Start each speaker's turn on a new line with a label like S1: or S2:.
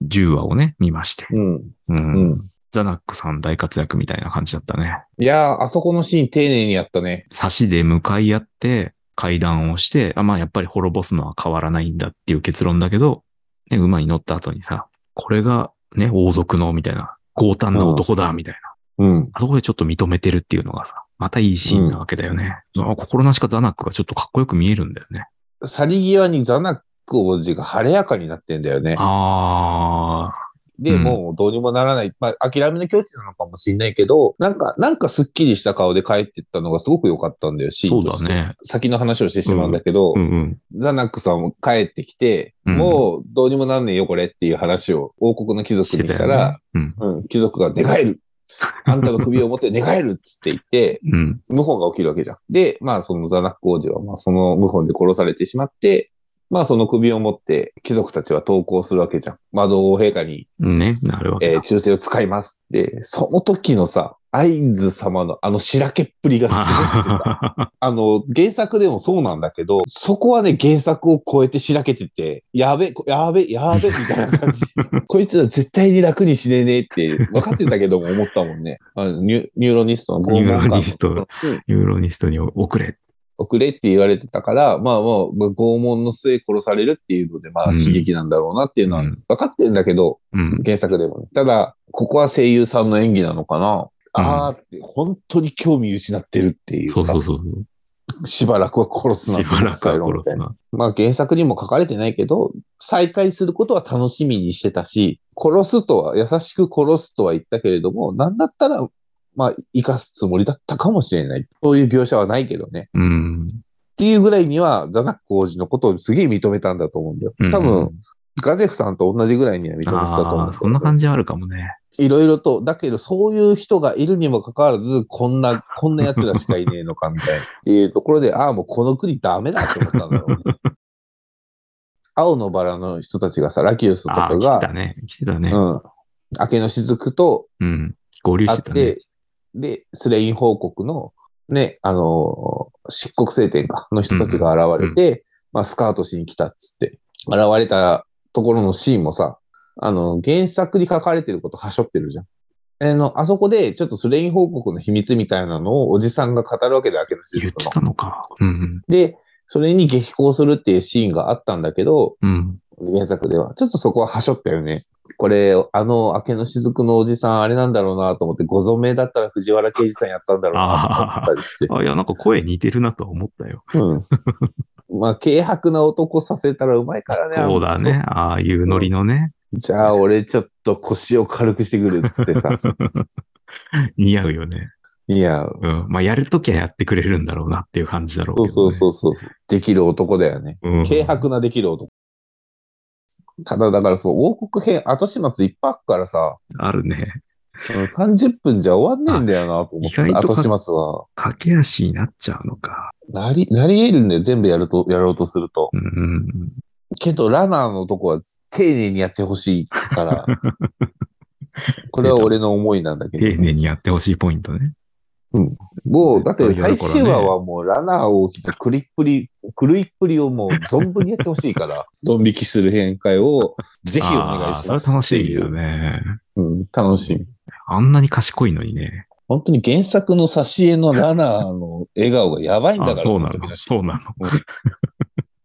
S1: 10話をね、見まして。
S2: うん。
S1: う。
S2: うんん。
S1: ザナックさん大活躍みたいな感じだったね。
S2: いやー、あそこのシーン丁寧にやったね。
S1: 差しで向かい合って、会談をして、あ、まあやっぱり滅ぼすのは変わらないんだっていう結論だけど、ね、馬に乗った後にさ、これがね、王族の、みたいな、強胆な男だ、みたいな。
S2: うん。
S1: あそこでちょっと認めてるっていうのがさ、またいいシーンなわけだよね。あ心なしかザナックがちょっとかっこよく見えるんだよね。
S2: 去り際にザナック王子が晴れやかになってんだよね。
S1: あ
S2: で、
S1: うん
S2: もうどうにもならない。まあ、諦めの境地なのかもしれないけど、なんか、なんかスッキリした顔で帰ってったのがすごく良かったんだよ、
S1: ー、
S2: シー
S1: そ
S2: ン
S1: う
S2: とし
S1: だ
S2: て。
S1: ね。
S2: 先の話をしてしまうんだけど、
S1: うんうん。
S2: ザナックさんも帰ってきて、
S1: うん
S2: もうどうにもなんねえよ、これっていう話を王国の貴族にしたら、
S1: よね。
S2: うん、貴族が寝返る。あんたの首を持って寝返るっつって言って、
S1: うん。うん。
S2: 謀反が起きるわけじゃん。で、まあそのザナック王子は、まあその謀反で殺されてしまって、まあその首を持って貴族たちは投降するわけじゃん。窓王陛下に、
S1: ね、なるわけ
S2: え
S1: だ。
S2: ー忠誠を使います。で、その時のさ、アインズ様のあの白けっぷりがすごくて さ、あの、原作でもそうなんだけど、そこはね、原作を超えて白けてて、やべ、こやべ、やべ、みたいな 感じ。こいつら絶対に楽に死ねねえって、分かってたけども思ったもんね。あのニュニューロニストの拷問官
S1: ニューロ
S2: の
S1: ニスト
S2: うん
S1: ユーロニストに送れ。
S2: 送れって言われてたから、まあまあ、まあ拷問の末殺されるっていうので、まあ
S1: うん
S2: 悲劇なんだろうなっていうのは
S1: うん
S2: 分かってんだけど、
S1: うん。
S2: 原作でもね。ただ、ここは声優さんの演技なのかな。あーって、本当に興味失ってるっていうさ、
S1: そうそうそう。
S2: しばらくは殺すな。
S1: しばらくは殺
S2: みたい
S1: す
S2: な
S1: な。
S2: まあ原作にも書かれてないけど、再会することは楽しみにしてたし、殺すとは、優しく殺すとは言ったけれども、なんだったら、まあ、生かすつもりだったかもしれない。そういう描写はないけどね。
S1: うん。
S2: っていうぐらいには、ザナック王子のことをすげえ認めたんだと思うんだよ
S1: うん。
S2: 多分、ガゼフさんと同じぐらいには認めてたと思
S1: あ
S2: う
S1: あ、そんな感
S2: じ。
S1: じはあるかもね。
S2: いろいろと、だけどそういう人がいるにもかかわらず、こんな、こんな奴らしかいねえのかみたいな。っていうところで、 ああ、もうこの国ダメだって思ったんだろうね。青のバラの人たちがさ、ラキウスと
S1: ああ、
S2: か
S1: 来てた
S2: が、
S1: ね。来てた
S2: う
S1: ね。
S2: ん。明けの雫と
S1: うん。合流
S2: あ
S1: し
S2: って
S1: たね。
S2: て、で、スレイン報告の、ね、あのー漆黒聖典か、の人たちが現れて、まあ、スカートしに来たっつって、現れたところのシーンもさ、あの、原作に書かれてることはしょってるじゃん。あの、あそこで、ちょっとスレイン報告の秘密みたいなのをおじさんが語るわけで、明けの
S1: 言っ
S2: 雫
S1: て
S2: の。
S1: たのか。うん。
S2: で、それに激高するっていうシーンがあったんだけど、
S1: うん。
S2: 原作では。ちょっとそこははしょったよね。これ、あの、明けの雫のおじさん、あれなんだろうなと思って、ご存命だったら藤原刑事さんやったんだろうなと思ったりして。
S1: あ、いや、なんか声似てるなとは思ったよ。
S2: うん。まあ、軽薄な男させたらうまいからね。
S1: そうだ
S2: あの人。
S1: ね。ああいうノリのね。
S2: じゃあ、俺ちょっと腰を軽くしてくるっつっ てさ。
S1: 似合うよね。
S2: いや、
S1: うん。まあ、やるときはやってくれるんだろうなっていう感じだろう
S2: そう
S1: け
S2: そ
S1: ど、
S2: う
S1: ね。
S2: そうそう。できる男だよね。
S1: う。うん、
S2: 軽薄なできる男。ただ、だからそう、王国編、後始末いっぱいあっからさ、
S1: あるね。
S2: うん30分じゃ終わんねえんだよなと思って
S1: あ意
S2: さ、
S1: 外と
S2: 後
S1: か
S2: 始末は。
S1: 駆け足になっちゃうのか。
S2: なり、なり得るんだよ、全部やると、やろうとすると。
S1: うんうん。
S2: けど、ラナーのとこは丁寧にやってほしい から、これは俺の思いなんだけ
S1: 丁
S2: ど。
S1: 寧にやってほしいポイントね。
S2: もう、だって
S1: 絶対や
S2: 最
S1: るからね
S2: 終話はもうラナーを着たクリップリ、クリップリをもう存分にやってほしいから、 ドン引きする変換をぜひお願いし
S1: あ
S2: ま
S1: ー
S2: す。
S1: それ楽しみだ。ね。
S2: うん、楽しみ。
S1: あんなに賢いのにね。
S2: 本当に原作の挿絵のラナーの笑顔がやばいんだ
S1: あ
S2: から、
S1: そうな
S2: その時
S1: の。
S2: の
S1: そうなの。